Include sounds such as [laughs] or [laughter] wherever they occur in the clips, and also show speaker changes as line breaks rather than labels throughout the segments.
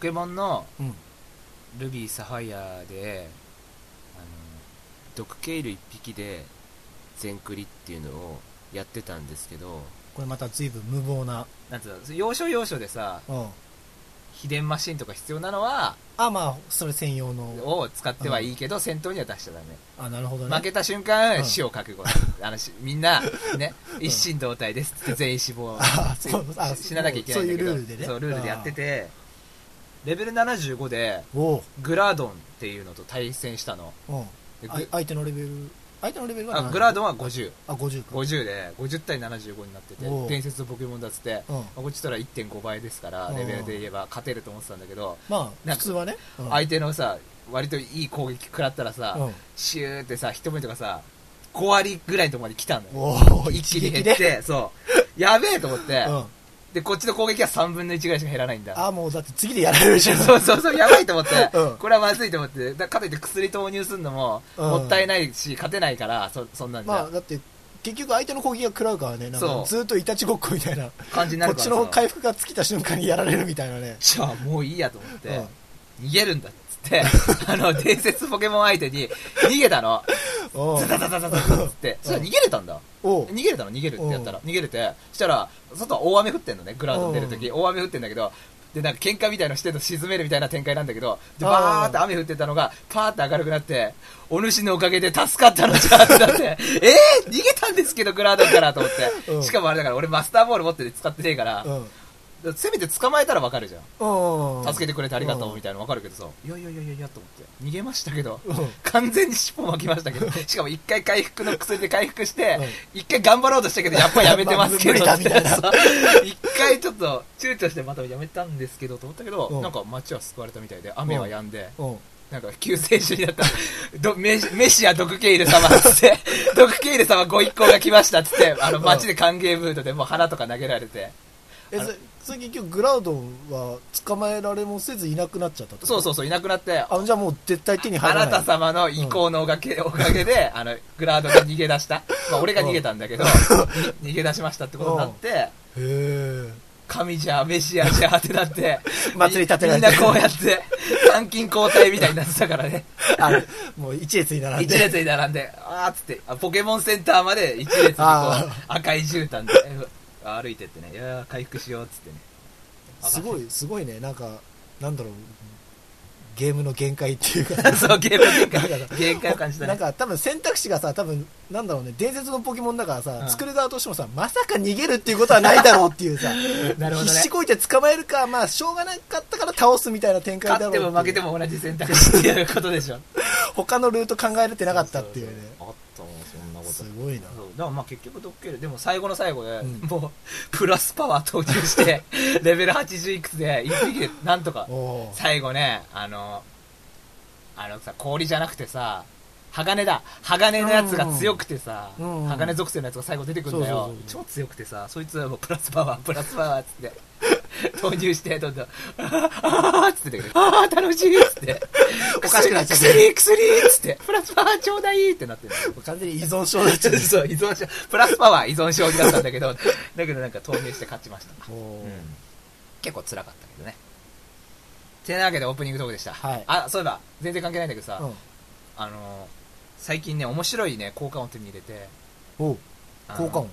ケモンの
うん
ルビーサファイアで、あの、毒ケイル1匹で全クリっていうのをやってたんですけど、
これまた随分無謀な
なんつうの、要所要所でさ、
うん
秘伝マシンとか必要なのは、
あまあそれ専用の
を使ってはいいけど、戦闘には出しちゃダメ。
あなるほどね
負けた瞬
う
間、
ん
死を覚悟。あの、しみんな、ね、一心同体ですって全員死亡
あ
し
そうあ
しななきゃいけないんだけど。
そういうルールでね
そうルールでやってて、レベル75で、
おう
グラドンっていうのと対戦したの。
うん
で
あ
グ
相手のレベル相手のレベルは
あ
70
グラドンは50。
あ50か
50で、50対75になってて
お、う
伝説のポケモンだっつって、
うん
まあこっちとら1.5倍ですから
う、ん
レベルで言えば勝てると思ってたんだけど、
まあ
なんか
普通はねうん
相手のさ、割といい攻撃食らったらさ、
うん
シューってさ、一目とかさ、5割ぐらいのところまで来たのよ。
おお
一気に減って、そう。やべえと思って、
うん
で、こっちの攻撃は3分の1ぐらいしか減らないんだ。
あもうだって次でやられるじゃん
そうそうそう、やばいと思って、
うん
これはまずいと思って、だかといって薬投入するのも、
うん
もったいないし、勝てないから、そそんなんじ
ま
ゃ
あ、だって、結局相手の攻撃が食らうからね、なん
そ
か
う
ずっといたちごっこみたいな、こ
感じになる
っ
から
ち
さ。
の回復が尽きた瞬間にやられるみたいなね。
じゃあもういいやと思って、
うん
逃げるんだっつって、 [laughs] あの、伝説ポケモン相手に逃げたの。
おう
ザザザザザザっつって。そしたら逃げれたんだ。
おう
逃げれたの逃げるってやったら、
う
逃げれて、そしたら、外は大雨降ってんのね、グラウンド出るとき、大雨降ってんだけど、で、なんか喧嘩みたいのしてると沈めるみたいな展開なんだけど、で、
あー
バーって雨降ってたのが、パーって明るくなって、お主のおかげで助かったのじゃってなって、えー、逃げたんですけど、グラウンドからと思って、
うん
しかもあれだから、俺マスターボール持ってて使ってねえから、
うん。
せめて捕まえたらわかるじゃん。
うん。
助けてくれてありがとうみ
た
たいなのわかるけどさ、いやいやいやいやいやと思って、逃げましたけど、
いな。うん
完全に尻尾巻きましたけど、しかも一回回復の薬で回復して
うん、
一回頑張ろうとしたけど、やっぱやめてますけど、
まあ無理だみたいな
[laughs] そう一回ちょっと躊躇してまたやめたんですけどと思ったけど、
うん
なんか街は救われたみたいで、雨は止んで、
うん。
なんか救世主になった、どメシメシア毒ケイル様っつ [laughs] って、毒ケイル様ご一行が来ましたっつって、あの街で歓迎ムードでもう花とか投げられて、
え、
あ
そそれ結局グラウドンは捕まえられもせずいなくなっちゃったと。
そうそうそういなくなって、
あ、じゃあもう絶対手に入
あ
ら
な
ない。
た様の意向のおかげ,、おかげで、あの、グラウドで逃げ出した。まあ、俺が逃げたんだけど、に逃げ出しましたってことになって、
へえ。
神じゃ、メシアじゃってなって、
祭り立てられ
み
て
んなこうやって、参勤交代みたいになってたからね。
あれ、もう一列に並ん
一
で。
列に並んで、あーっつって、あポケモンセンターまで一列にこう
あ、
赤い絨毯でえ歩いてってね、いやー回復しようっつってね。
す
い。
ごい、すごいね。なんか、なんだろう。ゲームの限界っていうか。
そう、ゲーム限界
なんか、
限界を感じた
なん
ね。
か多分選択肢がさ、多分なんだろうね、伝説のポケモンだからさ、
うん
作る側としてもさ、まさか逃げるっていうことはないだろうっていうさ、
[laughs] なるほどね
必死こいて捕まえるか、まあしょうがなかったから倒すみたいな展開だろ
勝
う
っても負けて
も。
も同じ選択肢っていうことでしょ。
他のルート考えれてなかったっていうね。
あったもんそんなこと
すごいな。
そうだからまあ結局ドッケルでも最後の最後で、
うん
もうプラスパワー投入して
[laughs]
レベル80いくつで一匹でなんとか
おー
最後ねあのあのさ氷じゃなくてさ鋼だ鋼のやつが強くてさ、
うんうん
鋼属性のやつが最後出てくるんだよ
そうそうそうそ
超強くてさそいつはもうプラスパワープラスパワーっつって投入してどんどん「あーあー」っつっててあー楽しい」っつっ
[laughs]
て「
おかしくなっちゃって
薬薬」っつって「プラスパワーちょうだい」ってなってる
完全に依存症だっちゃう
そう、依存症、プラスパワー依存症になったんだ
[laughs]
けど、だけどなんか投入して勝ちました。
おー
うん結構辛かったけどね。てなわけでオープニングトークでした。
はい
あ、そういえば、全然関係ないんだけどさ、
うん
あのー最近ね、面白いね、効果音手に入れて、
おう
あの
効果音。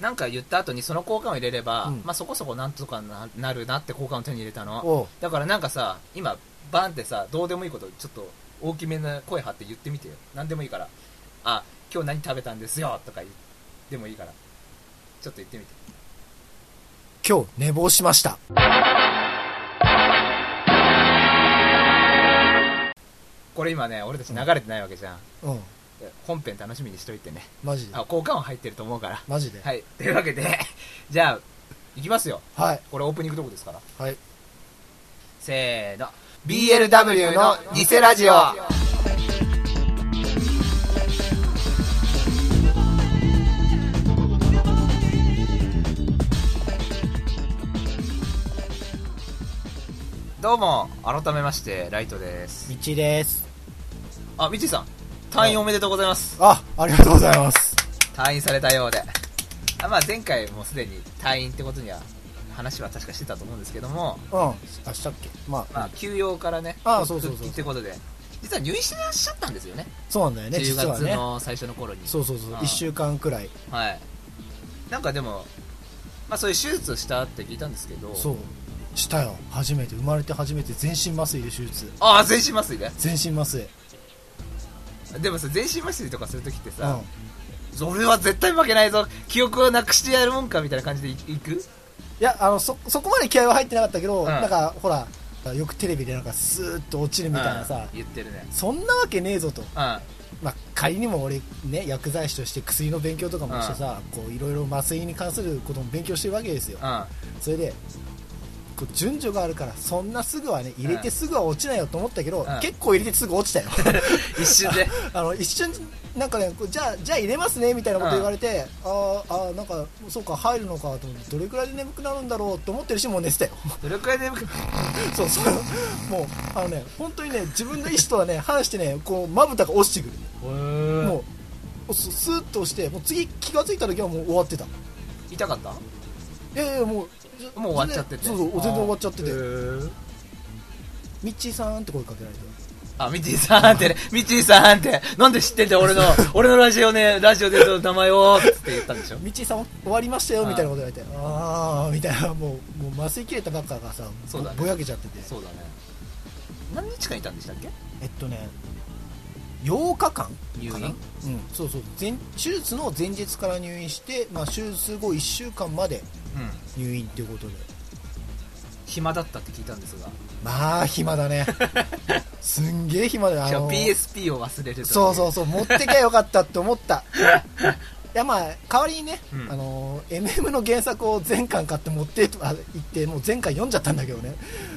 なんか言った後にその効果音入れれば、
うん
まあそこそこなんとかななるなって効果音手に入れたの。
おう
だからなんかさ、今、バンってさ、どうでもいいこと、ちょっと大きめな声張って言ってみてよ。なんでもいいから。あ、今日何食べたんですよとか言ってもいいから。ちょっと言ってみて。
今日寝坊しました。
これ今ね、俺たち流れてないわけじゃん。
うん。
本編楽しみにしといてね。
マジで
あ、。交換音入ってると思うから。
マジで。
はい。というわけで、じゃあ、行きますよ。
はい。
これオープニングトークですから。
はい。
せーの。BLW の偽ラジオ。どうも、改めまして、ライトです。
道です。
あ、みちさん、退院おめでとうございます。
あ、ありがとうございます。
退院されたようで。あまあ、前回もうすでに退院ってことには話は確かしてたと思うんですけども、
あしたっけまあ、
まあ、休養からね、
ああそうそうそう
復帰ってことで、実は入院してらっしゃったんですよね、
そうなんだよね
10
実は
月
ね
の最初の頃に。
そうそうそう
ああ
1週間くらい
はい、なんかでも、まあ、そういう手術をしたって聞いたんですけど、
そうしたよ初めて生まれて初めて全身麻酔で手術
ああ、全身麻酔ね、
全身麻酔
でもさ、全身麻酔とかするときって
う
さ
ん、
俺は絶対負けないぞ、記憶をなくしてやるもんかみたいな感じでいいく
いやあのそそこまで気合は入ってなかったけど、
うん
なんかほらよくテレビでなんかスーッと落ちるみたいなさ
うん、言ってるね。
そんなわけねえぞと、
うん
まあ、仮にも俺ね薬剤師として薬の勉強とかもしてさ、こういろいろ麻酔に関することも勉強してるわけですよ、 [laughs]
うん
それでこう順序があるからそんなすぐはね入れてすぐは落ちないよと思ったけ
う
ど、
ん
結構入れてすぐ落ち
[laughs]
たよ
一瞬で
[laughs] あの一瞬なんかねこうじゃあじゃあ入れますねみたいなこと言われて、あーあーなんかそうか入るのかと思ってどれくらいで眠くなるんだろうと思ってるしもう寝てたよ
どれくらいで眠く
そうそうもうあのね本当にね自分の意思とはね [laughs] 反してねこうまぶたが落ちてくる、
も
もうススーッとしてもう次気が付いた時はもう終わってた
う痛かった
いやいやもう
もう終わっちゃってて
そうそう全然終わっちゃってて
あーへー
ミッチーさんって声かけられて
あミッチーさんってねミッチーさんってなんで知ってんだよ俺
[laughs]
の俺のラジオねラジオでの名前をつって言ったんでしょ
道井さん終わりましたよみたいなこと言われてああみたいなもうもう麻酔切れたばっかがさ
そうだね
ぼぼやけちゃってて
そうだね何日間いたんでしたっけ
えっとね8日間
入
か
院
な、うん、そうそう前手術の前日から入院して、まあ、手術後1週間まで
うん
入院っていうことで
暇だったって聞いたんですが
まあ暇
[laughs]
だねすんげえ暇だよあ
しかも
の
PSP を忘れるとい
そうそううそう持ってきゃよかったって思った
[laughs]
いやまあ代わりにね、
うん
あの MM の原作を全巻買って持ってあ行ってもう全巻読んじゃったんだけどね、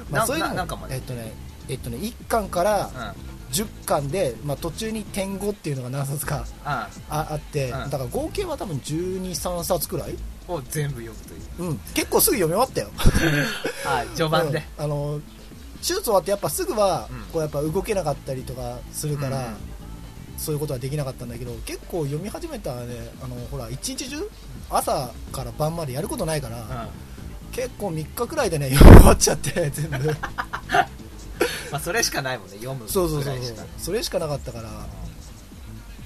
まあ、
な
そういうのも
ななんかまで
えっとねえっとね1巻から
うん
10巻で、まあ、途中に点5っていうのが何冊か
あ
ああって、
うん
だから合計は多分123冊くらい、
を全部読むという
うん、結構すぐ読み終わったよ
あ序盤で、
うんあの手術終わってやっぱすぐは
うん
こうやっぱ動けなかったりとかするから、
うんうん
そういうことはできなかったんだけど結構読み始めたらねあのほら一日中朝から晩までやることないから、
うんま
結構3日くらいでね読み終わっちゃって [laughs]
[laughs]
全部
あ、それしかないもんね読むくらいしか
そうそうそうそうそれしかなかったから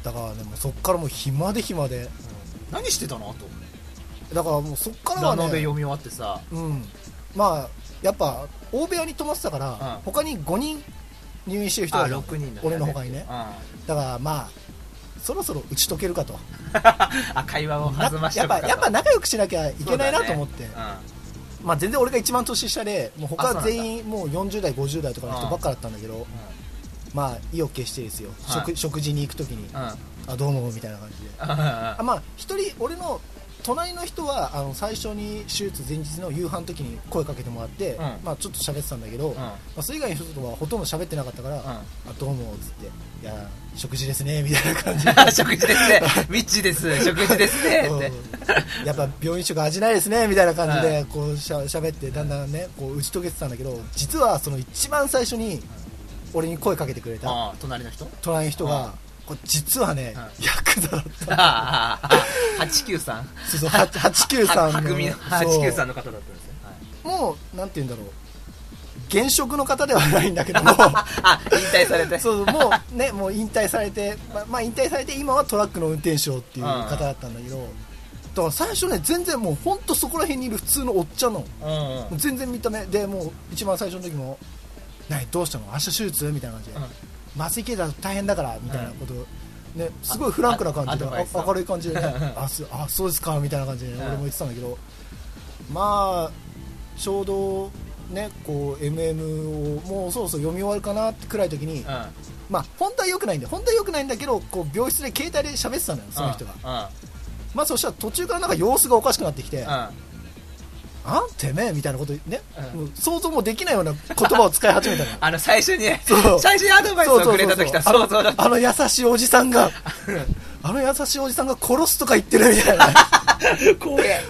だからねもうそっからもう暇で暇で
うん何してたのと思って
だからもうそっから
ラ
は
ノベ
ね
読み終わってさ
うんまあやっぱ大部屋に泊まってたか
う
ら、
ん
他に5人入院してる人
あ
がいたの
6人だ
俺の他にね
うん [laughs]
だからまあそろそろ打ち解けるかと
あ会話を
な
弾まし
や
て
っぱやっぱ仲良くしなきゃい
い
けないなと思って、まあ、全然俺が一番年下でもう
あそう
他
なんだ
全員もう40代50代とかの人ばっかだったんだけど、まあ意を決してですよ、
はい
食食事に行く時にあどうもみたいな感じであまあ一人俺の隣の人はあの最初に手術前日の夕飯の時に声かけてもらって、
ん
まあ、ちょっと喋ってたんだけど、まあ、それ以外の人とはほとんど喋ってなかったから、あどうもっつっていや食事ですねみたいな
[laughs]
感じで
食事ですねミッチーです食事ですねって
うんやっぱ病院食味ないですねみたいな感じでこうしゃしべってだんだんねこう打ち解けてたんだけど実はその一番最初に俺に声かけてくれた
ああ隣の人
隣の人
うん
がこれ実はね
う
ヤクザだった
ああ893
そうそうは893の
の893の方だったんですね
そうもうなんて言うんだろう現職の方ではないんだけども
あ引退されて
[laughs] そうそうもうねもう引退されてままあ引退されて今はトラックの運転手をっていう方だったんだけどだから最初ね全然もう本当そこら辺にいる普通のおっちゃんなの
うんうん
全然見た目でもう一番最初の時も「何どうしたの明日手術?」みたいな感じで「麻酔系だと大変だから」みたいなこと、ね、すごいフランクな感じで
ああアドバイス
あ明るい感じで、
[laughs]
ね、あすあそうですかみたいな感じでね、
うん
俺も言ってたんだけどまあちょうどねこう MM をもうそろそろ読み終わるかなってくらい時に、まあ本当は良くないんだよ本当は良くないんだけどこう病室で携帯で喋ってたのよその人が、まあそしたら途中からなんか様子がおかしくなってきて、あんてめえみたいなことね、
うん。
もう想像もできないような言葉を使い始めたの
あの最初に最初にアドバイス
そ
を
うそ
く
うそ
れ
う
た
そう
時だ想像だ
あの優しいおじさ
[laughs]
んが、あの優しいおじさんが殺すとか言ってるみた
[laughs]
いな。 [laughs]
怖え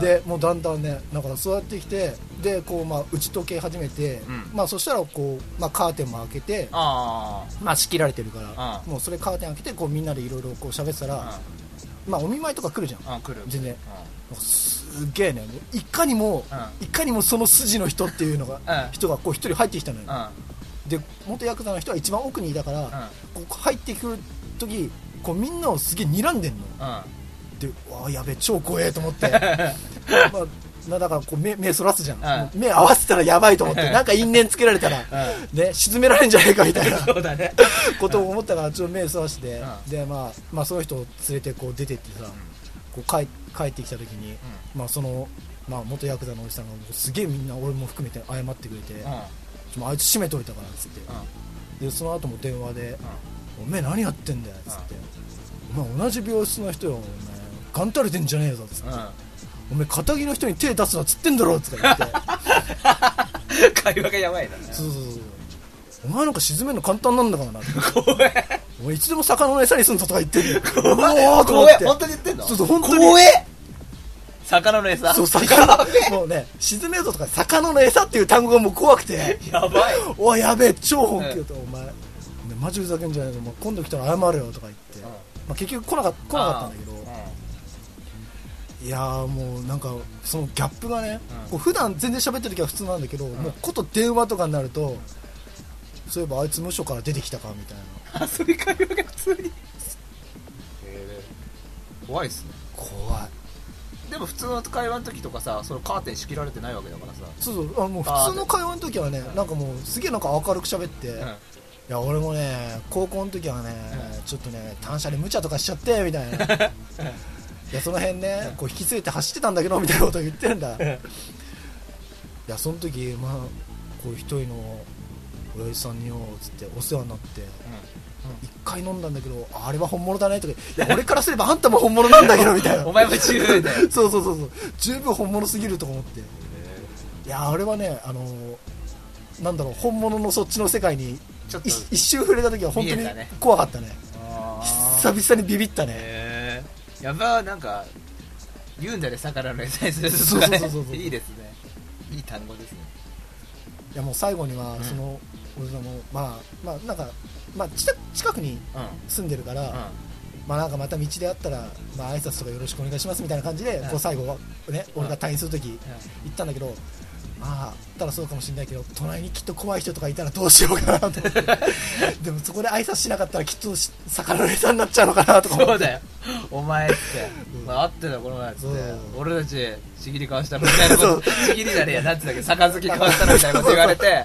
で、もうだんだんね、だからそうやってきて、で、こう、まあ、打ち解け始めて、
うん
まあ、そしたら、こう、まあ、カーテンも開けて、
あ
まあ、仕切られてるから、
うん
もうそれカーテン開けて、こう、みんなでいろいろこう喋ってたら、
あ
まあ、お見舞いとか来るじゃん。
来る
全然なんかすっげえねもういかにも、いかにもその筋の人っていうのが、
うん
人がこう一人入ってきたのよ、
うん
で元ヤクザの人は一番奥にいたから、こう入ってくる時こうみんなをすげえ睨んでんの
う
でわあやべえ超怖えと思って
[laughs]
まあなだからこう目目そらすじゃん、もう目合わせたらやばいと思ってなんか因縁つけられたら、
んうん
ね、沈められんじゃねえかみたいな
そ
[laughs]
うだね
ことを思ったからちょっと目そらして、
うん
でまあ、まあその人を連れてこう出てってさ、こう帰帰ってきた時に、まあそのまあ、元ヤクザのおじさんがもうすげえみんな俺も含めて謝ってくれて、
うんうん
ちょあいつ閉めといたからっつって、でその後も電話で「おめえ何やってんだよ」っつって「お前同じ病室の人よお前ガンたれてんじゃねえぞ」っつって
うんうん
「お前片着の人に手出すなっつってんだろ」っつって言って
[laughs] 会話がやばいな
そうそうそうそうお前なんか沈めるの簡単なんだからなって
怖え
お前いつでも魚の餌にすんぞとか言ってるよ
[laughs] 怖
おー
え
と思って
本当に言ってんの
そうそう本当に
怖え魚の餌
そう魚
やべえ
もうね沈めるぞとか魚の餌っていう単語がもう怖くて
[laughs] やばい
おいやべえ超本気だと、お前、ね、マジふざけんじゃないぞもう今度来たら謝れよとか言って、
ん
まあ、結局来なか来なかったんだけど、いやーもうなんかそのギャップがね、
うん
こう普段全然喋ってる時は普通なんだけど、もうこと電話とかになるとそういえばあいつ無所から出てきたかみたいな
あそういう会話が普通にえー怖いっすね
怖い
でも普通の会話の時とかさそのカーテン仕切られてないわけだからさ
そうそうあもう普通の会話の時はねなんかもうすげえなんか明るく喋って、
う
い
ん
や俺もね高校の時はね、ちょっとね単車で無茶とかしちゃってみた
[laughs]
いないやその辺ねこう引き連れて走ってたんだけどみたいなことを言ってるんだ
ん
いやその時まあこう一人の親父さんによつってお世話になって、一回飲んだんだけどあれは本物だねとかいや
[laughs]
俺からすればあんたも本物なんだけどみたいな
お前も十分だよ
[laughs] そうそうそうそう十分本物すぎると思っていやあれはねあのーなんだろう本物のそっちの世界に
ちょっと
い一周触れた時は本当
見
に
えたね
怖かったね
あ
久々にビビったね
えー、やばなんか言うんだね魚の餌にする
そうそうそうそうそ
[laughs]
う
いいですねいい単語ですね
いやもう最後には
ん
その、俺らもまあまあなんか、まあ、近近くに
うん
住んでるから、まあなんかまた道であったら、まあ挨拶とかよろしくお願いしますみたいな感じで、
うん
こう最後はね、
うん
俺が退院するとき、行ったんだけど、まあ、あったらそうかもしれないけど、隣にきっと怖い人とかいたらどうしようかなと思
[laughs]
って、でもそこで挨拶しなかったら、きっとし魚の餌になっちゃうのかなとか思って
そうだよお前って、
うん
まあ、会ってたこの前っつって
そう
俺たちちぎり交わしたみたいなことちぎりじゃねえやなんて言うんだっけ杯交わしたみたいなこと言われて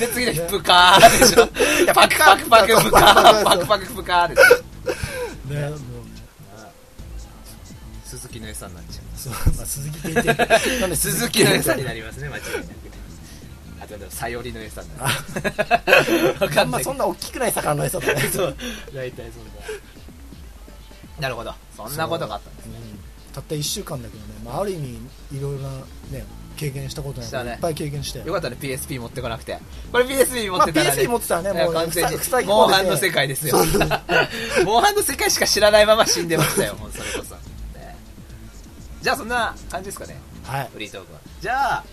で次の日ブカーでしょいやパクパクパクブカーパクパクブカーでしょ
ねもうね
鈴木の餌になっちゃう
そうまあ、鈴木って言って、
[laughs]
なんで
鈴木の餌になりますね間違いなくあとでもサヨリの餌になる [laughs] 分
あ
か
ん
ん
ま
ない
そんな大きくない魚の餌とかね、
そう大体そんななるほど [laughs] そんなことがあったんです
うんたった1週間だけどね、まあ、ある意味、いろいろな、ね、経験したことないこ
した
と
ね
いっぱい経験して。
よかったね PSP 持ってこなくてこれ PSP 持
ま
って
あ、
たら、ね
PSP 持ってたらね、
いや
もうね、
完全に
ふさ
モンハンの世界ですよ
そうそう
[laughs] モンハンの世界しか知らないまま死んでましたよもうそれこ
[laughs]
そ、ねじゃあそんな感じですかね
はい
フ。リートークはじゃあ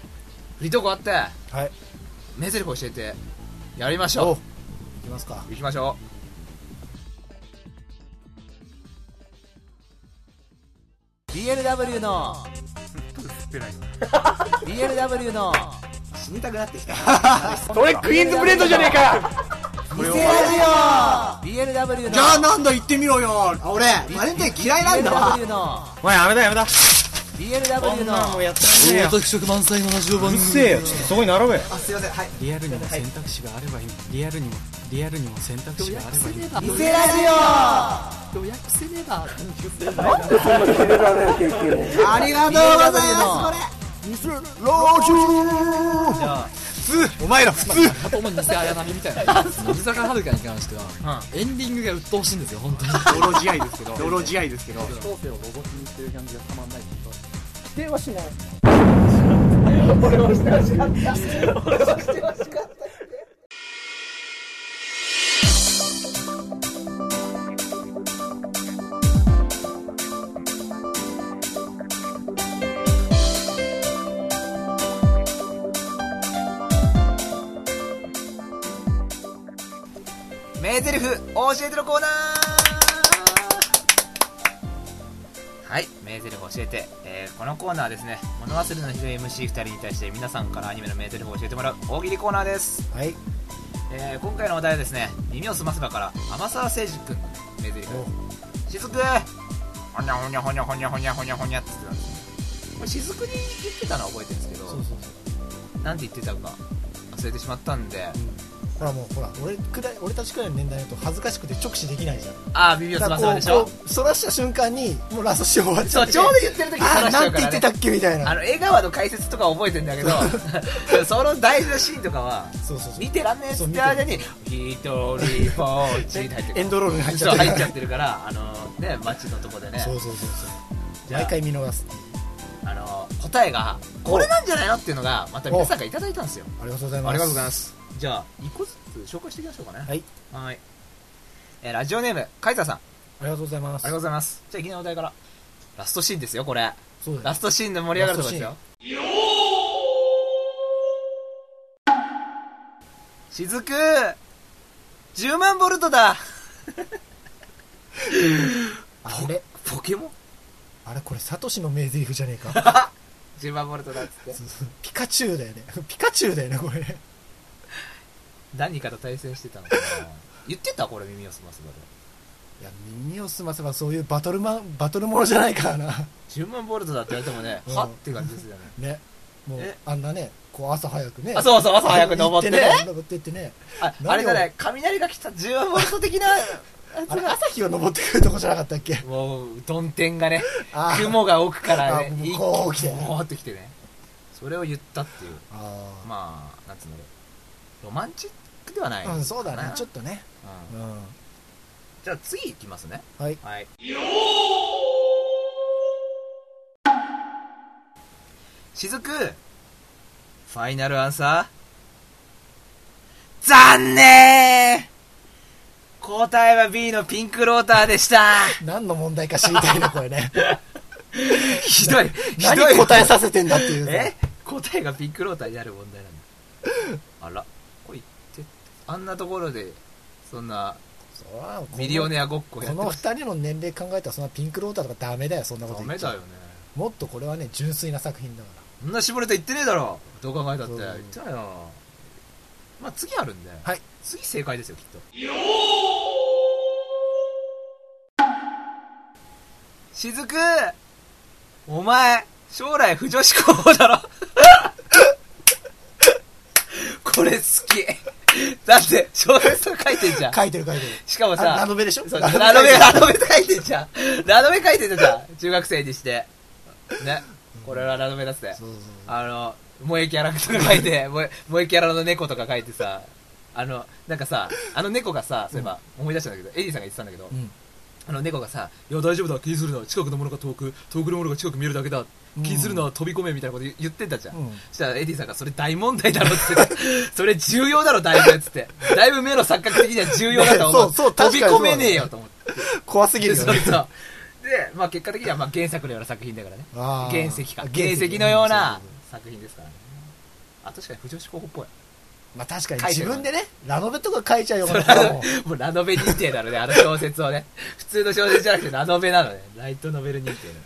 フリートーク終わって
はい。
名台詞教えてやりまし
お
ょ
いきますか。
う行きましょう BLW
[laughs]
の BLW の死にたくなってきた
それクイーンズブレンドじゃねえか
ラジオ BLW のじゃあなんだ言ってみろよ俺バレンタイン嫌いなんだわ BLW の
お前やめだやめだ
BLW の
やってねえよ
私色満載のラジオ番
うる
組
せえよちょっとそこに並べ
すいませんはい
リアルにも選択肢があればいいリアルにもリアルにも選択肢があればいい
ニセラジオ予約せねばありがとうございます
お前ら普通
あとお前偽綾波みたいな乃木坂はるかに関しては、エンディングが鬱陶しいんですよ本当に
泥仕合ですけど泥仕合ですけど
名台詞教えてのコーナーはい、名台詞教えて、えーこのコーナーはですね、物忘れのひどい MC2 人に対して皆さんからアニメの名台詞を教えてもらう大喜利コーナーです。
はい
えー今回のお題はですね、耳をすませばから天沢誠司君の名台詞。しずくほにゃほにゃほにゃほにゃほにゃほにゃほにゃって言ってたんですね。これしずくに言ってたのは覚えてるんですけど、
そうそうそう
なんて言ってたか忘れてしまったんで、
ほらもうほら俺くらい俺たちくらいの年代だと恥ずかしくて直視できないじゃん
ああ、耳をすませばでしょ
こ。うそらした瞬間にもうラストし終わっちゃ
そう、
って
ちょうど言ってる時に
あ
話
あ
しちゃ
な
うんか
て言
ら、
って
ね
た。っけみたい
あ
な
の、江川の解説とかは覚えてんだけど、 [laughs] その大事なシーンとかは、
そうそうそう
見てらんねえっつって間に「一人ぼっち」って入って
エ
る
ンドロールに入っち
そ
ゃ
う
って
入っちゃってるからあのね街のとこでね
そうそうそうそう
じゃあ
毎回見逃すっていう
あの答えがこれなんじゃないのっていうのがまた皆さんからいただいたんですよ
ありがとうござい
あ
ます
りがとうございますじゃあ一個ずつ紹介していきましょうかね
はい
はいえーラジオネームカイザーさんあ
ありがとうございま
り
す
がとうございますじゃあいきなりお題からラストシーンですよこれ
そうだ
ラ
よ
ストシーンの盛り上がるとこですよしずく10万ボルトだ
あれ
ポケモン
あれこれサトシの名台詞じゃねえか
[laughs] 10万ボルトだっつって
そうそうピカチュウだよねピカチュウだよねこれ
何かと対戦してたのかな言ってたこれ耳をすますまで
いや耳を澄ませばそういうバトルマンバトルものじゃないからな
10万ボルトだって言われてもね
うん
はって感じですよね
ねもう
え
あんなねこう朝早くね
あそうそう朝早く登ってね
行登ってってね
あ
何を
あれだね雷が来た10万ボルト的なやつ
あれ
が
朝日を登ってくるとこじゃなかったっけ
もううどん天がね
あー
雲が奥から
あ
ね
も
一気
う
に
こう来てね
ボーってきてねそれを言ったっていう
あー
まあなんつうのロマンチックではない、
うん、そうだ
か
ね
な
ちょっとね、
うん
うん、
じゃあ次いきますね
はい
はいしずくファイナルアンサー残念答えは B のピンクローターでした
[laughs] 何の問題か知りたいねこれね
ひどい [laughs] ひ
何
どい
答えさせてんだっていう
え
ね
答えがピンクローターになる問題なんだあらこれ言ってあんなところでそんな
そらこの
ミリオネアごっこや
こ
って
の
ます
2人の年齢考えたらそんなピンクローターとかダメだよそんなこ
ダ
と言
メ
っちゃ
だ
う
よね
もっとこれはね純粋な作品だから
そんな絞れた言ってねえだろどう考えたって
そう
言ってないよまあ次あるんで、
はい
次正解ですよきっとしずくお前将来不女子校だろ [laughs] これ好きだって小説書いてんじゃん
書いてる書いてる
しかもさ
あラノベでしょ
そうラ
ラノベ
ノベラノベ書いてんじゃんラノベ書いてたじゃん中学生にしてねこれはラノベだって
そうそう
あの、萌えキャラとか書いて、 [laughs] 萌え萌えキャラの猫とか書いてさ、あの、なんかさ、あの猫がさ、そういえば思い出したんだけど、エリーさんが言ってたんだけど、
うん
あの猫がさ、いや大丈夫だ、気にするな、近くのものが遠く、遠くのものが近く見えるだけだ、気にするな、飛び込めみたいなこと言言ってたじゃん。
うん
そしたらエディさんが、それ大問題だろって言って、 [laughs] それ重要だろ、だいぶっつって。だいぶ目の錯覚的には重要だと思う。
ねそうそう
飛び
確かにそう
込
だね
めねえよと思って。
怖すぎるよ
そう
ね
そう。で、まあ結果的にはまあ原作のような作品だからね。
あー
原石か
あ
原石のような作品ですからねあ確かに不女子候補っぽい [laughs]
まあ確かに
書いて
自
る
分でねラノベとか書いちゃうよう
そ
な
れ
とこ
は
も
もうラノベ認定なのであの小説をね普通の小説じゃなくてラノベなのねライトノベル認定なの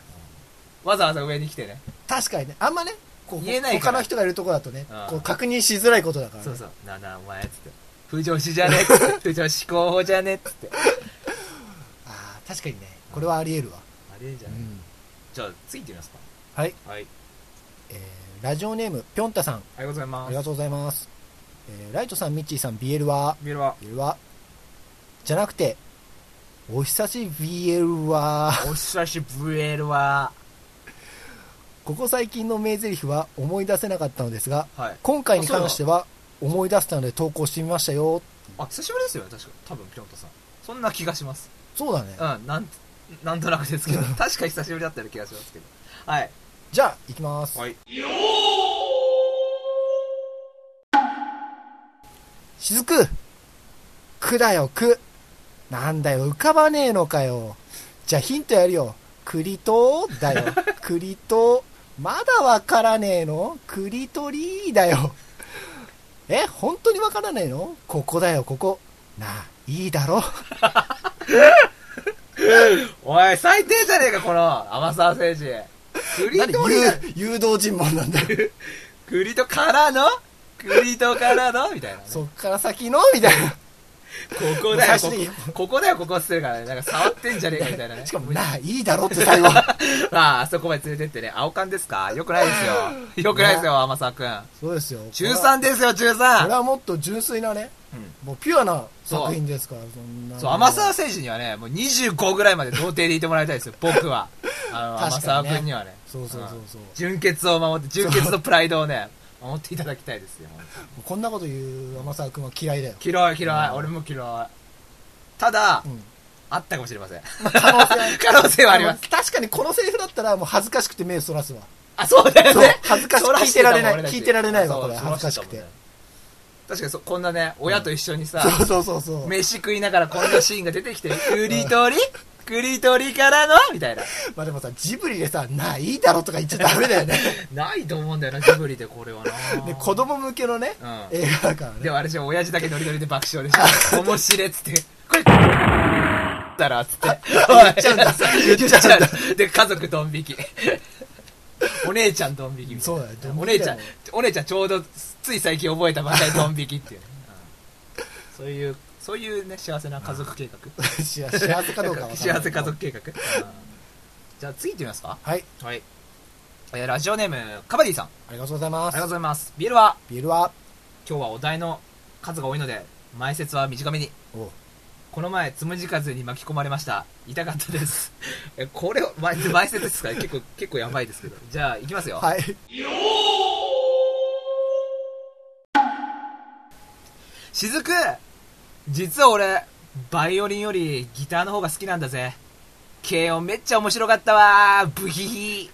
わざわざ上に来てね
確かにねあんまねこう
言えないか
他
ら
の人がいるとこだとね
うん
こう確認しづらいことだから
そう
ね
そうなあなあお前っつって不女子じ [laughs] ゃねっつって不女子候補じゃねっつって
ああ確かにねこれはありえるわ
あれじゃ
う
ない、
ん
じゃあ次行ってみますか
はい
はい
えーラジオネームぴょんたさん
ありがとうござい
あ
ま
り
す
がとうございます、えーライトさんミッチーさん BL は
ビールは
BL はじゃなくてお久し BL は
お久しぶりるわ
ここ最近の名台詞は思い出せなかったのですが
はい
今回に関しては思い出せたので投稿してみましたよ
あ久しぶりですよね確か多分ピョントさんそんな気がします
そうだね
うん、なん、なんとなくですけど、確か久しぶりだったような気がしますけど。はい。
じゃあ行きます、
はい。
しずくくだよくなんだよ浮かばねえのかよじゃあヒントやるよ栗と
[laughs]
だよ栗とまだわからねえの栗とりだよえ本当にわからねえのここだよここなあいいだろ
おい、最低じゃねえか、この、甘沢誠治。栗
何
と俺が、
誘誘導尋問なんだ
[laughs]
よ
栗とからの栗とからのみたいなね、
そっから先のみたい
ここだよ、
最終的に
ここここだよ、ここっつってるからね。なんか触ってんじゃねえかみたいなね [laughs]
なし。かもなあいいだろって最後
まあ、あそこまで連れてってね、青缶ですかよくないですよ。よくないですよ、甘沢くん。
そうですよ
中3ですよ、中
これ
3!
はもっと純粋なね、
う
もうピュアな作品ですからそんなの
そう、甘沢誠治にはね、もう25ぐらいまで童貞でいてもらいたいですよ、僕は。あの、
確か
甘
にね
沢くんにはね。
そうそうそうそう、
純潔を守って、純潔のプライドをね、守っていただきたいですよ。
こんなこと言う天沢君は嫌いだよ、
嫌い嫌い、俺も嫌い。ただ、
うん
あったかもしれません。
可能性は
[laughs] 可能性はあります。
確かにこのセリフだったらもう恥ずかしくて目そらすわ
あ、そうだよ
そう
ね。
恥ずかし
そら
聞いてられない
してたもん俺たち
聞いてられないわ
そう
これ恥ずかし
そら
くて
たもんね確かにそ、こんなね、親と一緒にさ、
そうそうそうそう
飯食いながらこんなシーンが出て
[laughs]
きて、クリトリクリトリからのみたいな。
まあでもさジブリでさないいだろとか言っちゃダメだよね
[laughs] ないと思うんだよな、ジブリでこれはな。
[laughs] で子供向けのね、
うん
映画だからね
でもあれじゃん、親父だけノリノリで爆笑でしょ。面白いっつって、これ、だらっつって。
言っちゃうんだ言っちゃうんだ
で、家族ドン引き。お姉ちゃんドン引きみたい
そう
な
だよドン引きだ
お
よ
姉ちゃん、お姉ちゃんちょうど、つい最近覚えたばかりドン引きっていうね、うんそういう、そういうね、幸せな家族計画。
し幸せかどうかは
幸せ家族計画。うんじゃあ次行ってみますか。
はい
はい。えーラジオネーム、カバディさん。あ
ありがとうございま
りがとうご
す
ざいます。ビールは
ビールは
今日はお題の数が多いので前説は短めに
おう
この前つむじ風に巻き込まれました痛かったですえこれを前前説ですから結構結構やばいですけどじゃあいきますよ、
はい
しずく実は俺バイオリンよりギターの方が好きなんだぜ軽音めっちゃ面白かったわーブヒヒ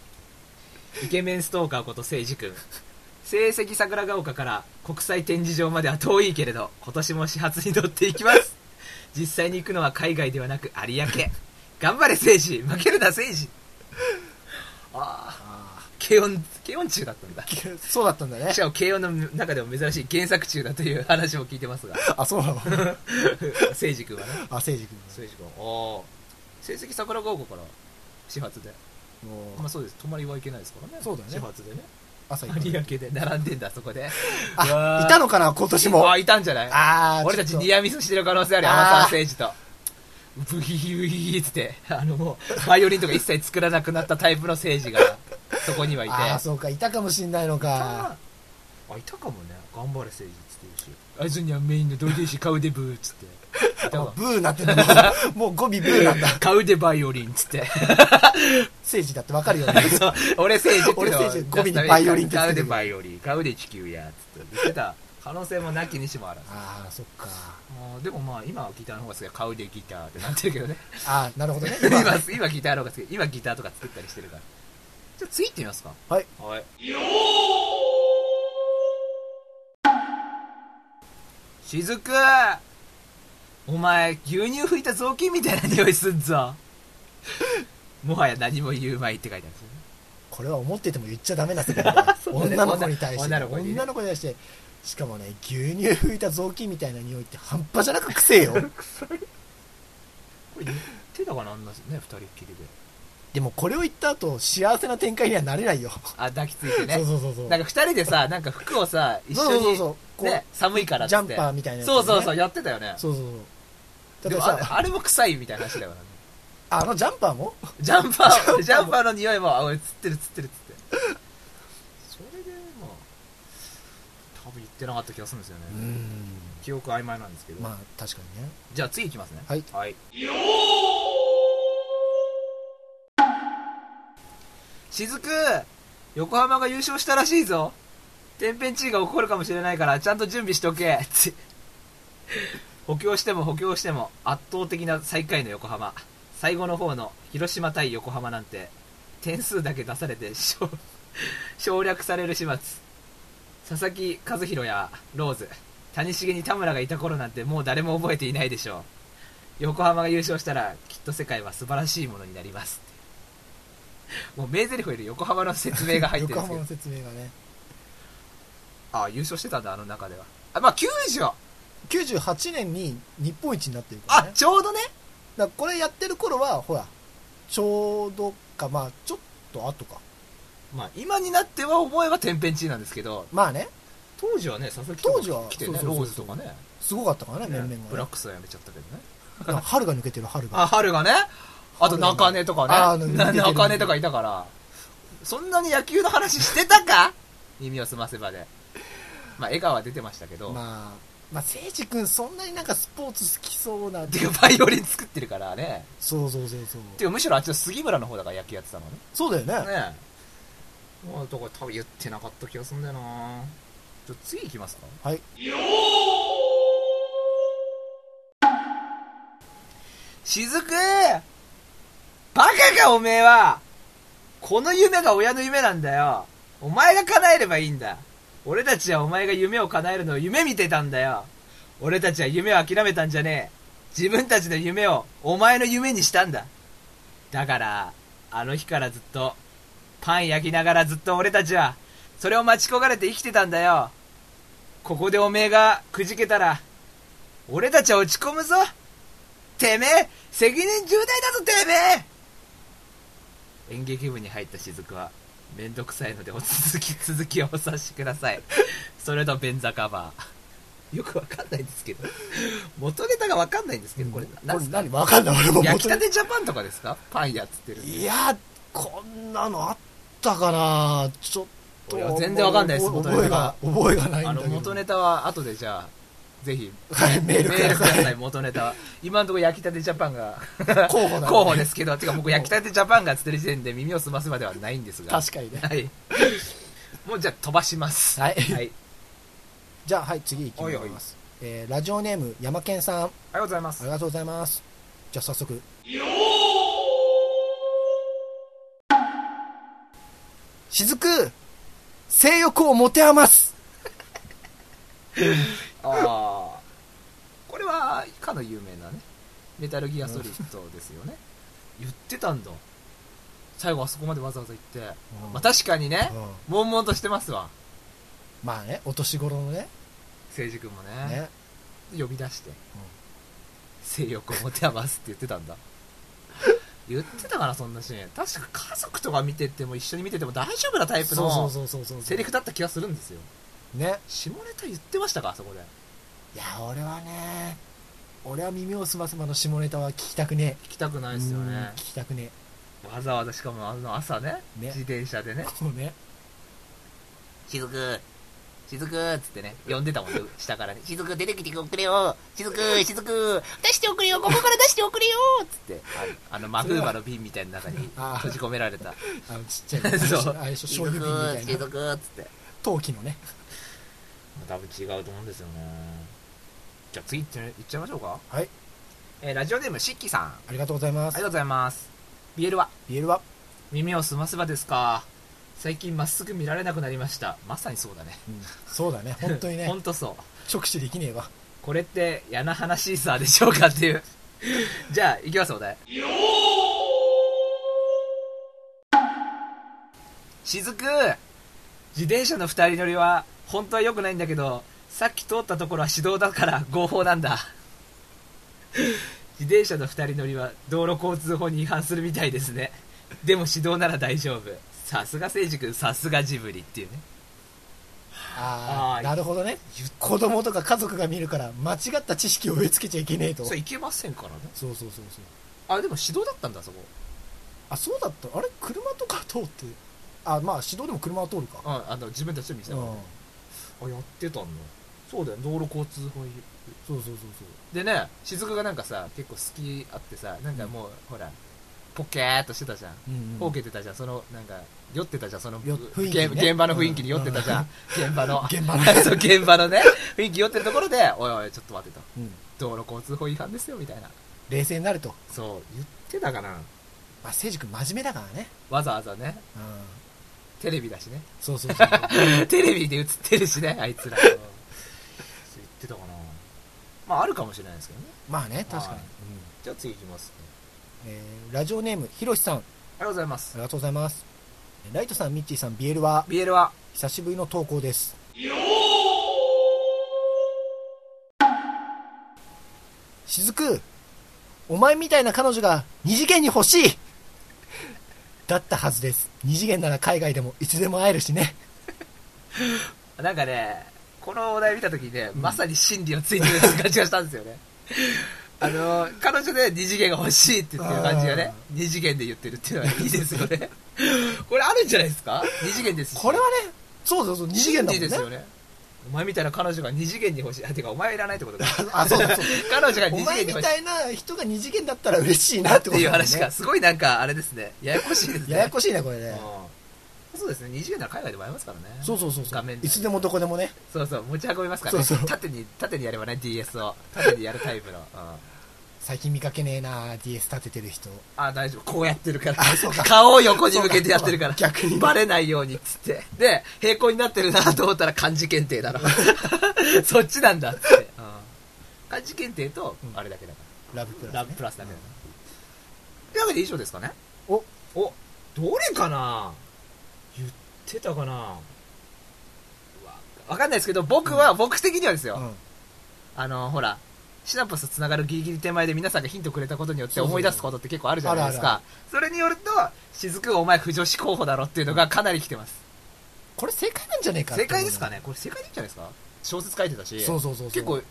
イケメンストーカーこと誠治君成績桜ヶ丘から国際展示場までは遠いけれど今年も始発に乗っていきます実際に行くのは海外ではなく有明頑張れ誠治負けるな誠治ああ軽音軽音中だったんだ
[laughs] そうだったんだね
しかも軽音の中でも珍しい原作中だという話も聞いてますが
あそう
[laughs]
なの
誠治君はね
あせいじ君
誠治君お成績桜高校から始発で
も
まあ
う
そうです泊まりは行けないですからね
そうだよね
始発でね
朝行った
有明で並んでんだそこで
あいたのかな今年も
あいたんじゃない
あー
俺たち
ょっと
ニアミスしてる可能性ある
あー
天沢誠治とブヒヒブヒヒつってあのもうバイオリンとか一切作らなくなったタイプの誠治がそこにはいて
ああそうかいたかもしんないのか
あいたかもね頑張れ誠治っつってるしあいつにはメインの同いし買うでブーっつっていたわ
ブーなっ
[laughs]
てんだもうもう語尾ブーなんだ
買うでバイオリンっつって
[laughs] 政治だってわかるよね
そう俺聖治っていう
俺
の
聖治語尾にバイオリンってつけてる
買うでバイオリン買うで地球やっつって言ってた可能性もなきにしもあらず
ああそっか
もうでもまあ今はギターの方が好きだ買うでギターってなってるけどね
ああなるほど
[laughs]
ね
今今ギターの方が好き今ギターとか作ったりしてるからじゃあ次行ってみますか
はい
はいしずくお前牛乳拭いた雑巾みたいな匂いすんぞもはや何も言うまいって書いてあるんですよね
これは思ってても言っちゃダメな世
[laughs]
界だから
うね
女の子に対して
女の子にね
女の子に対してしかもね牛乳拭いた雑巾みたいな匂いって半端じゃなくくせえよ
[laughs] これ言ってたかなあんなね二人っきりで
でもこれを言った後幸せな展開にはなれないよ、
あ抱きついてね
そうそうそうそう
なんか二人でさなんか服をさ一
そうそ
緒
うそう
に
こう
ね寒いからっつって
ジャンパーみたいなやつね
そうそうそうやってたよね
そうそうそう
で
だ
も
か
あ
ら
れ
さ
あれも臭いみたいな話だからね
あのジャンパーも
ジャンパージャンパーの匂いもあおいつってるつってるつってそれでまあ多分言ってなかった気がするんですよね
うん
記憶曖昧なんですけど、
まあ確かにね
じゃあ次いきますね
はい
はいしずく横浜が優勝したらしいぞ天変地異が起こるかもしれないからちゃんと準備しとけつ補強しても補強しても圧倒的な最下位の横浜最後の方の広島対横浜なんて点数だけ出されて省 [laughs] 省略される始末佐々木和弘やローズ谷繁に田村がいた頃なんてもう誰も覚えていないでしょう横浜が優勝したらきっと世界は素晴らしいものになりますもう名台詞より横浜の説明が入ってる
[laughs]
んです
横浜
けど
の説明がね
ああ優勝してたんだあの中ではあまあ90
98年に日本一になってるから
あ
ね
ちょうどね
だからこれやってる頃は、ほら、ちょうどか、まあ、ちょっと後か。
まあ、今になっては思えば天変地異なんですけど、
まあね、
当時はね、佐々木
当時は
来てね、
そうそうそう
ローズとかね、
すごかったからね、面々が、ね。
ブラックスはやめちゃったけどね。
だから春が抜けてる、春が。
あ、春がね、あと中根と
あ
か
あ
ね
の、
な
抜けてる
[laughs] 中根とかいたから、そんなに野球の話してた
[laughs]
か耳を澄ませばで。まあ、笑顔は出てましたけど、
まあ、まあ、誠治君、そんなになんかスポーツ好きそうな。
てか、バイオリン作ってるからね。
そうそうそうそう。
てか、むしろあっちの杉村の方だから野球やってたのね。
そうだよね。
ねえ。まあ、だから多分言ってなかった気がするんだよなじゃあ次行きますか
はい。
しずくバカかおめえはこの夢が親の夢なんだよお前が叶えればいいんだ俺たちはお前が夢を叶えるのを夢見てたんだよ俺たちは夢を諦めたんじゃねえ自分たちの夢をお前の夢にしたんだだからあの日からずっとパン焼きながらずっと俺たちはそれを待ち焦がれて生きてたんだよここでおめえがくじけたら俺たちは落ち込むぞてめえ責任重大だぞてめえ演劇部に入った雫はめんどくさいのでお続き続きをお察しくださいそれと便座カバーよくわかんないんですけど元ネタがわかんないんですけどこれ
こ
何
れ
すか
何わかんない、俺も。
焼きたてジャパンとかですかパンやっつってる
いや、こんなのあったかなちょっと。
いや全然わかんないです
覚
元
え
ネタが
が、覚えがないん
あ
だけ
の
ど。
元ネタは後でじゃあぜひ
はい、メール
メ
く
ール
だ
くだ
さい。
さい元ネタは今のところ焼きたてジャパンが [laughs]
候補だ、ね、
候補ですけどてか僕焼きたてジャパンがつってる時点で耳を澄ますまではないんですが
[laughs] 確かにね。
はいもうじゃあ飛ばします
はい
はい、
じゃあ、はい、次いきます。
はいはい
えーラジオネーム、山健さん、あ
ありがとうございます
りがとうございます。じゃあ、早速。しずく、性欲を持て余す。
ああこれはかの有名なねメタルギアソリッドですよね言ってたんだ最後あそこまでわざわざ行って、まあ、確かにね
うん
悶々としてますわ
まあね、お年頃のね、
誠治君もね
ね
呼び出して、性欲を持て余すって言ってたんだ [laughs] 言ってたかなそんなシーン確か家族とか見てても一緒に見てても大丈夫なタイプ
そうそう
の
そうそうそう。
セリフだった気がするんですよ
ね。
下ネタ言ってましたかあそこで
いや、俺はね、俺は耳をすませばの下ネタは聞きたくね
聞きたくな
え。
いですよ
うん
ね
聞きたくね
わざわざしかもあの朝ね
ね
自転車で
え。
ね
こうね。
しずくしずくっつって [laughs] ね呼んでたもんね下からねしずく出てきてくれよしずくしずく出しておくれよここから出しておくれよっつってあのあのマグーバの瓶みたいな中に
あ
閉じ込められた
あの、ちっちゃい
[laughs]
ね。
そう
あれでしょ、
し
醤
ずく
油瓶みた
し
いな。
ずくっつって
陶器のね。
多分違うと思うんですよねじゃあ次いっちゃいっちゃいましょうか
はい、
えーラジオネームしっきさんあ
ありがとうございま
りが
す
と。うございますビエルは
ビールは
耳を澄ませばですか最近まっすぐ見られなくなりましたまさにそうだね
そうだね、本
[laughs]
当にね
ほ、んとそう
直視できねえわ。
これって嫌な話さでしょうかっていう [laughs] じゃあ行きますお題しずく自転車の二人乗りは本当は良くないんだけどさっき通ったところは指導だから [laughs] 合法なんだ自転車の二人乗りは道路交通法に違反するみたいですねでも指導なら大丈夫さすが誠治君さすがジブリっていうね
あ
あー
あ、なるほどね。子供とか家族が見るから、間違った知識を植え付けちゃいけねえと。
そ
そう
れいけませんからね
そうそうそう。
あでも指導だったんだそこ
あ、そうだった。あれ車とか通って。あ、まあ、指導でも車は通るか。
うん、あの自分たちの店
う
だ
ん
か。らねあやってたんだそうだよ道路交通法違反
そうそうそう
でね雫がなんかさ結構好きあってさなんかもう、ほらポケーっとしてたじゃん
そう。うん
ほうけてたじゃんそのなんか酔ってたじゃんその、
よ雰囲気
現
ね
現場の雰囲気に酔ってたじゃん、 [laughs] 現場の
現場
そう現場のね雰囲気酔ってるところでおいおいちょっと待ってと
うん
道路交通法違反ですよみたいな
冷静になると。
そう言ってたかな
まあ、誠治君真面目だからね。
わざわざね
うん。
テレビだしね
そうそ
[laughs]
うそう。
テレビで映ってるしね、あいつら。言ってたかな。まあ、あるかもしれないですけどね。
まあね、確か
は
に。
いじゃあ次行きます、
えーラジオネーム、ひろしさん、あ
ありがとうございます
り。がとうございます。ライトさん、ミッチーさん、ビエルは、
BL は、
久しぶりの投稿です。しずく、お前みたいな彼女が二次元に欲しいだったはずです。二次元なら海外でもいつでも会えるしね。
なんかね、このお題見たときね、まさに真理をついてる感じがしたんですよ
[laughs]
ね。あの、彼女で二次元が欲しいって言ってる感じがね、二次元で言ってるっていうのはいいですよね。これあるんじゃないですか二次元ですし
これはね、そうそうそう、二次元だもん
真理ですよ
ね。
ね。お前みたいな彼女が二次元に欲しい。あ、てかお前はいらないってことだ。
[laughs] あ、そうそうそう。
[laughs] 彼女が
お
二次元
前み
に欲しい。
たいな人が二次元だったら嬉しいなって
って
こと
い
だ
う
もんね
話が、すごいなんか、あれですね。ややこしいですね。
ややこしいね、これね。
うんそうですね。二次元なら海外でも会えますからね。
そうそうそうそ
画
う
面。で
いつでもどこでもね。
そうそう、持ち運びますからね。
そうそう
縦に、縦にやればね、DS を。縦にやるタイ
[laughs]
プの。うん
最近見かけねえな DS 立ててる人。
あ、大丈夫。こうやってるから
あそうか。
顔を横に向けてやってるから。
そうか逆に
バレないようにっつって。で、平行になってるなと思ったら漢字検定
[laughs]
だろ。そっちなんだっつって。うん漢字検定と、あれだけだか
ラブプ
ら。
ラス、
ラブプラスだけだから。というわけで以上ですかね。
お
お、どれかな言ってたかなわわかんないですけど、僕は、僕的にはですよ。
うん
あの、ほら、シナプスつながるギリギリ手前で皆さんがヒントくれたことによって思い出すことって結構あるじゃないですか。それによると、雫お前不女子候補だろっていうのがかなり来てます。
これ正解なんじゃねえか
正解ですかねこれ正解でいいんじゃないですか小説書いてたし、
そうそうそうそう
結構、ね、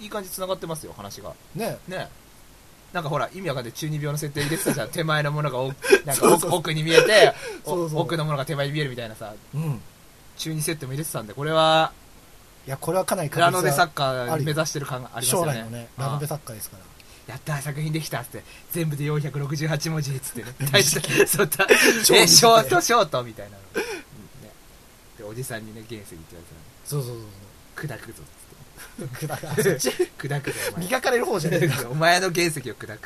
いい感じ繋がってますよ、話が。
ね
ねなんかほら、意味わかんない中二病の設定入れてたじゃん。手前のも
[laughs]
のが奥なんか奥奥に見えて
そうそう
お奥のものが手前に見えるみたいなさ、
うんい
中二設定も入れてたんで、これは、
やこれはかなり
ラノベサッカ
あ
ー
る
目指してる感があります
将
よね。
来のね
うん
ラノベ作家ですから
[laughs] やったー作品できたっつって全部で468文字っつってね大したそう [laughs] たえショートショートみたいなの、うんね、でおじさんにね原石って言わ
そうそう
れたら砕くぞ
そうそう
っつって [laughs] 砕くぞお前
磨かれる方じゃね
[laughs]
えか
お前の原石を砕くっつっ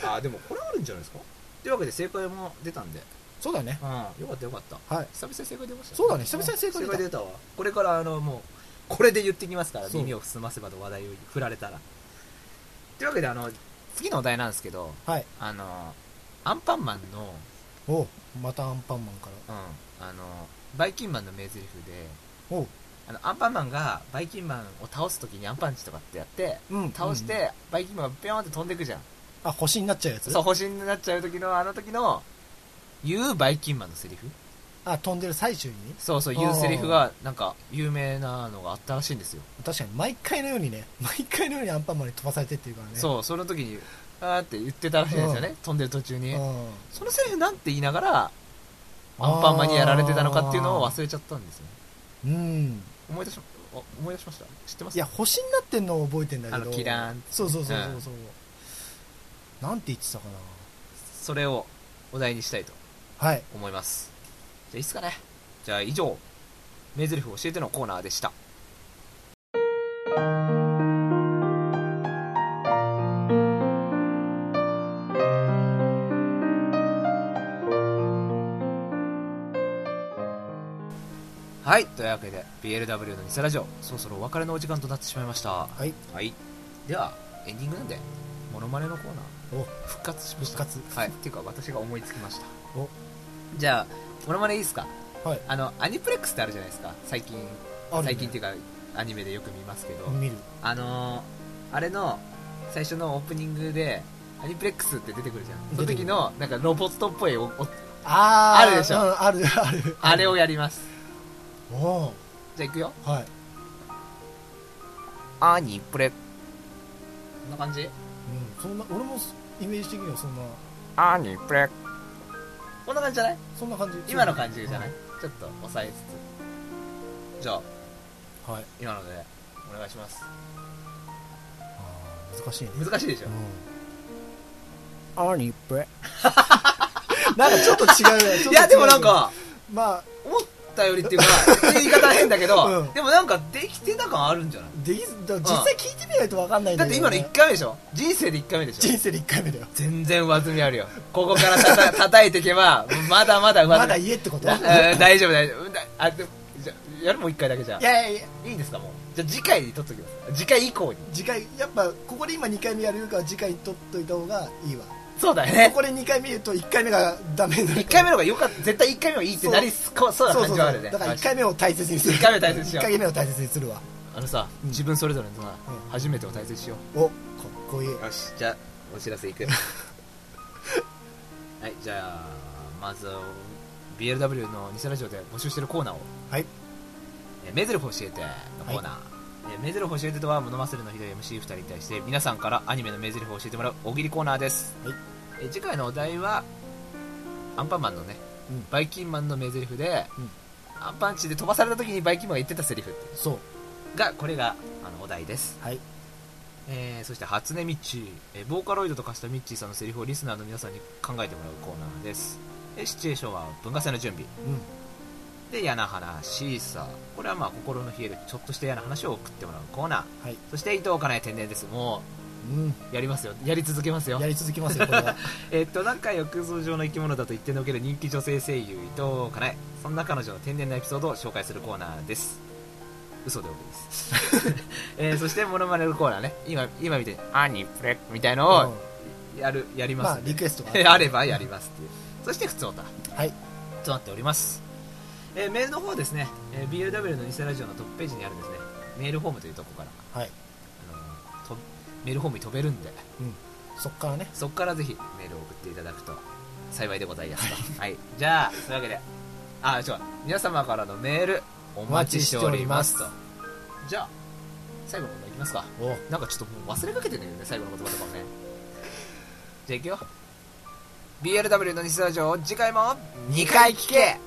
てあーでもこれあるんじゃないですかというわけで正解も出たんで、
そうだね
うん、よかったよかった
はい
久々に正解出ました
そうだね久々に正解出た
出たわこれからあのもうこれで言ってきますから
そう
耳を澄ませばと話題を振られたらというわけであの次のお題なんですけど
はい
あのアンパンマンの、
おうまたアンパンマンから
うん、あのバイキンマンの名台詞で
おう
あのアンパンマンがバイキンマンを倒す時にアンパンチとかってやって
うん
倒して、
うん
バイキンマンがピョーンって飛んでくじゃん
あ星になっちゃうやつ
そう星になっちゃう時のあの時の言うバイキンマンのセリフ
あ飛んでる最中に
そうそう
あー
言うセリフがなんか有名なのがあったらしいんですよ、
確かに毎回のようにね [laughs] 毎回のようにアンパンマンに飛ばされてっていうからね
そうその時にあーって言ってたらしいんですよね、飛んでる途中に、
うん
そのセリフなんて言いながらアンパンマンにやられてたのかっていうのを忘れちゃったんですよね
うん
思い出しまあ思い出しました知ってます
いや星になってんのを覚えてんだけど
あのキラーン
そうそうそうそうそうなんて言ってたかな
それをお題にしたいと
はい
思いますじゃあいいっすかねじゃあ以上名台詞教えてのコーナーでしたはいというわけで BLW のニセラジオそろそろお別れのお時間となってしまいました
はい
はい、ではエンディングなんでモノマネのコーナー
お
復活しました
復活
はいっていうか私が思いつきました
お
じゃあモノマネいいですか
はい
あのアニプレックスってあるじゃないですか最近、
あるね
最近っていうかアニメでよく見ますけど、
見る
あのー、あれの最初のオープニングでアニプレックスって出てくるじゃんその時のなんかロボットっぽいおお
あー
あるでしょ
うんある [laughs] ある
あれをやります
お
じゃあいくよ
ーはい
アニプレこんな感じ
うんそんな俺もイメージ的にはそんな
アニプレこんな感じじゃない
そんな感じ
今の感じじゃないちょっと押さえつつじゃあ
はい
今のでお願いします
あー難しいね
難しいでしょ、
アニプレ [laughs] なんかちょっと違うねちょっと違う
いやでもなんか
まあ
思ったよりっていうか言い方変だけど、
うん
でもなんかできてた感あるんじゃない
できずだから実際聞いてみないと分かんないん
だ
だ
っ
け
て
ど
今の
ね
1回目でしょ人生で1回目でしょ
人生で1回目だよ
全然上積みあるよここからた [laughs] た叩いていけばまだまだ上積み
まだ言えってことい
だうん大丈夫大丈夫だあでもじゃやるもう1回だけじゃ
やいやいや
いいんですかもうじゃあ次回に撮っときます次回以降に
次回やっぱここで今2回目やるよりかは次回取っといた方がいいわ
そうだ
こ
ね
こで2回目言うと1回目がダメだ
1回目の方がよかった絶対1回目はいいってなりそうそうだ
そ
感
うそう
じ
そ
はある
う
ね
だから1回目を大切にする
一回目を大切にしよう
1回目を大切にするわ
うあのさ、
うん
自分それぞれのさ、
うん
初めてを大切にしよ
おかっこいいう
よしじゃあお知ら
[laughs]
せいくはいじゃあまず BLW の偽ラジオで募集してるコーナーを
はい
えーメゼルフ教えてのコーナー、えーメゼルフ教えてとは物忘れのひどい MC2 人に対して皆さんからアニメのメゼルフを教えてもらう大喜利コーナーです、
はい
えー次回のお題はアンパンマンのね、
うん
バイキンマンのメゼルフで、
うん
アンパンチで飛ばされた時にバイキンマンが言ってたセリフ
そう
がこれがあのお題です、
はい
えーそして初音ミッチー、えーボーカロイドと化したミッチーさんのセリフをリスナーの皆さんに考えてもらうコーナーです、えーシチュエーションは文化祭の準備
うん
で、嫌な話、シーサー。これはまあ心の冷えるちょっとした嫌な話を送ってもらうコーナー。
はい
そして、伊藤かなえ天然です。も
うん
う、やりますよ。やり続けますよ
や。り続けますよ
[laughs]
これは
えっと、仲良く通常の生き物だと一定の受ける人気女性声優、伊藤かなえ。そんな彼女の天然なエピソードを紹介するコーナーです。嘘で OK です。えーそして、モノマネのコーナーね。今、今みたいに、アニプレみたいの
う
を、
ん
やる、やり
ま
ま
あ
すんで、
リクエストが
えー [laughs] あればやりますっていう。そして、普通歌。
はい
となっております、えーメールの方ですね、えー BLW の偽ラジオのトップページにあるですねメールフォームというところから、
はい
あのーとメールフォームに飛べるんで
そっからね
そこからぜひメールを送っていただくと幸いでございますとはいじゃあそういうわけであ違う皆様からのメールお待ちしておりますと
お待
じゃあ最後のこといきますか
お
なんかちょっともう忘れかけてんだけどね最後の言葉とかもねじゃあいくよ BLW の偽ラジオを次回も2回聞け